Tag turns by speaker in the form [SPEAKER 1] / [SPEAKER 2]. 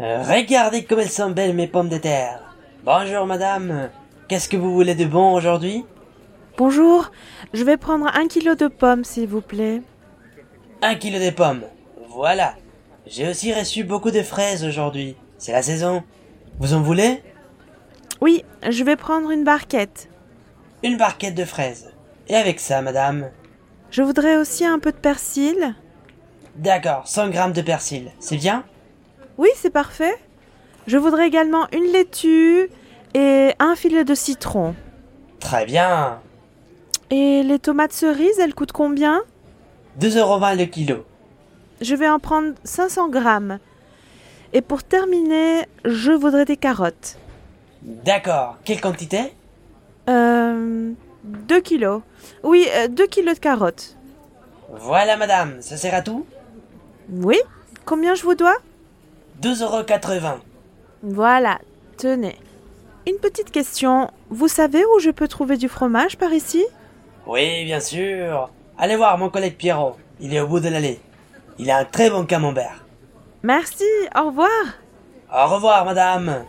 [SPEAKER 1] Euh, Regardez comme elles sont belles mes pommes de terre. Bonjour madame. Qu'est-ce que vous voulez de bon aujourd'hui
[SPEAKER 2] Bonjour, je vais prendre un kilo de pommes, s'il vous plaît.
[SPEAKER 1] Un kilo de pommes. Voilà. J'ai aussi reçu beaucoup de fraises aujourd'hui. C'est la saison. Vous en voulez
[SPEAKER 2] Oui, je vais prendre une barquette.
[SPEAKER 1] Une barquette de fraises. Et avec ça, madame
[SPEAKER 2] Je voudrais aussi un peu de persil.
[SPEAKER 1] D'accord, 100 grammes de persil. C'est bien
[SPEAKER 2] Oui, c'est parfait. Je voudrais également une laitue et un filet de citron.
[SPEAKER 1] Très bien.
[SPEAKER 2] Et les tomates cerises, elles coûtent combien
[SPEAKER 1] 2,20€ le kilo.
[SPEAKER 2] Je vais en prendre 500 grammes. Et pour terminer, je voudrais des carottes.
[SPEAKER 1] D'accord. Quelle quantité
[SPEAKER 2] Euh. 2 kilos. Oui, 2 kilos de carottes.
[SPEAKER 1] Voilà, madame. Ça sert à tout
[SPEAKER 2] Oui Combien je vous dois
[SPEAKER 1] 2,80€.
[SPEAKER 2] Voilà, tenez. Une petite question. Vous savez où je peux trouver du fromage par ici
[SPEAKER 1] Oui, bien sûr. Allez voir mon collègue Pierrot. Il est au bout de l'allée. Il a un très bon camembert.
[SPEAKER 2] Merci, au revoir
[SPEAKER 1] Au revoir, madame.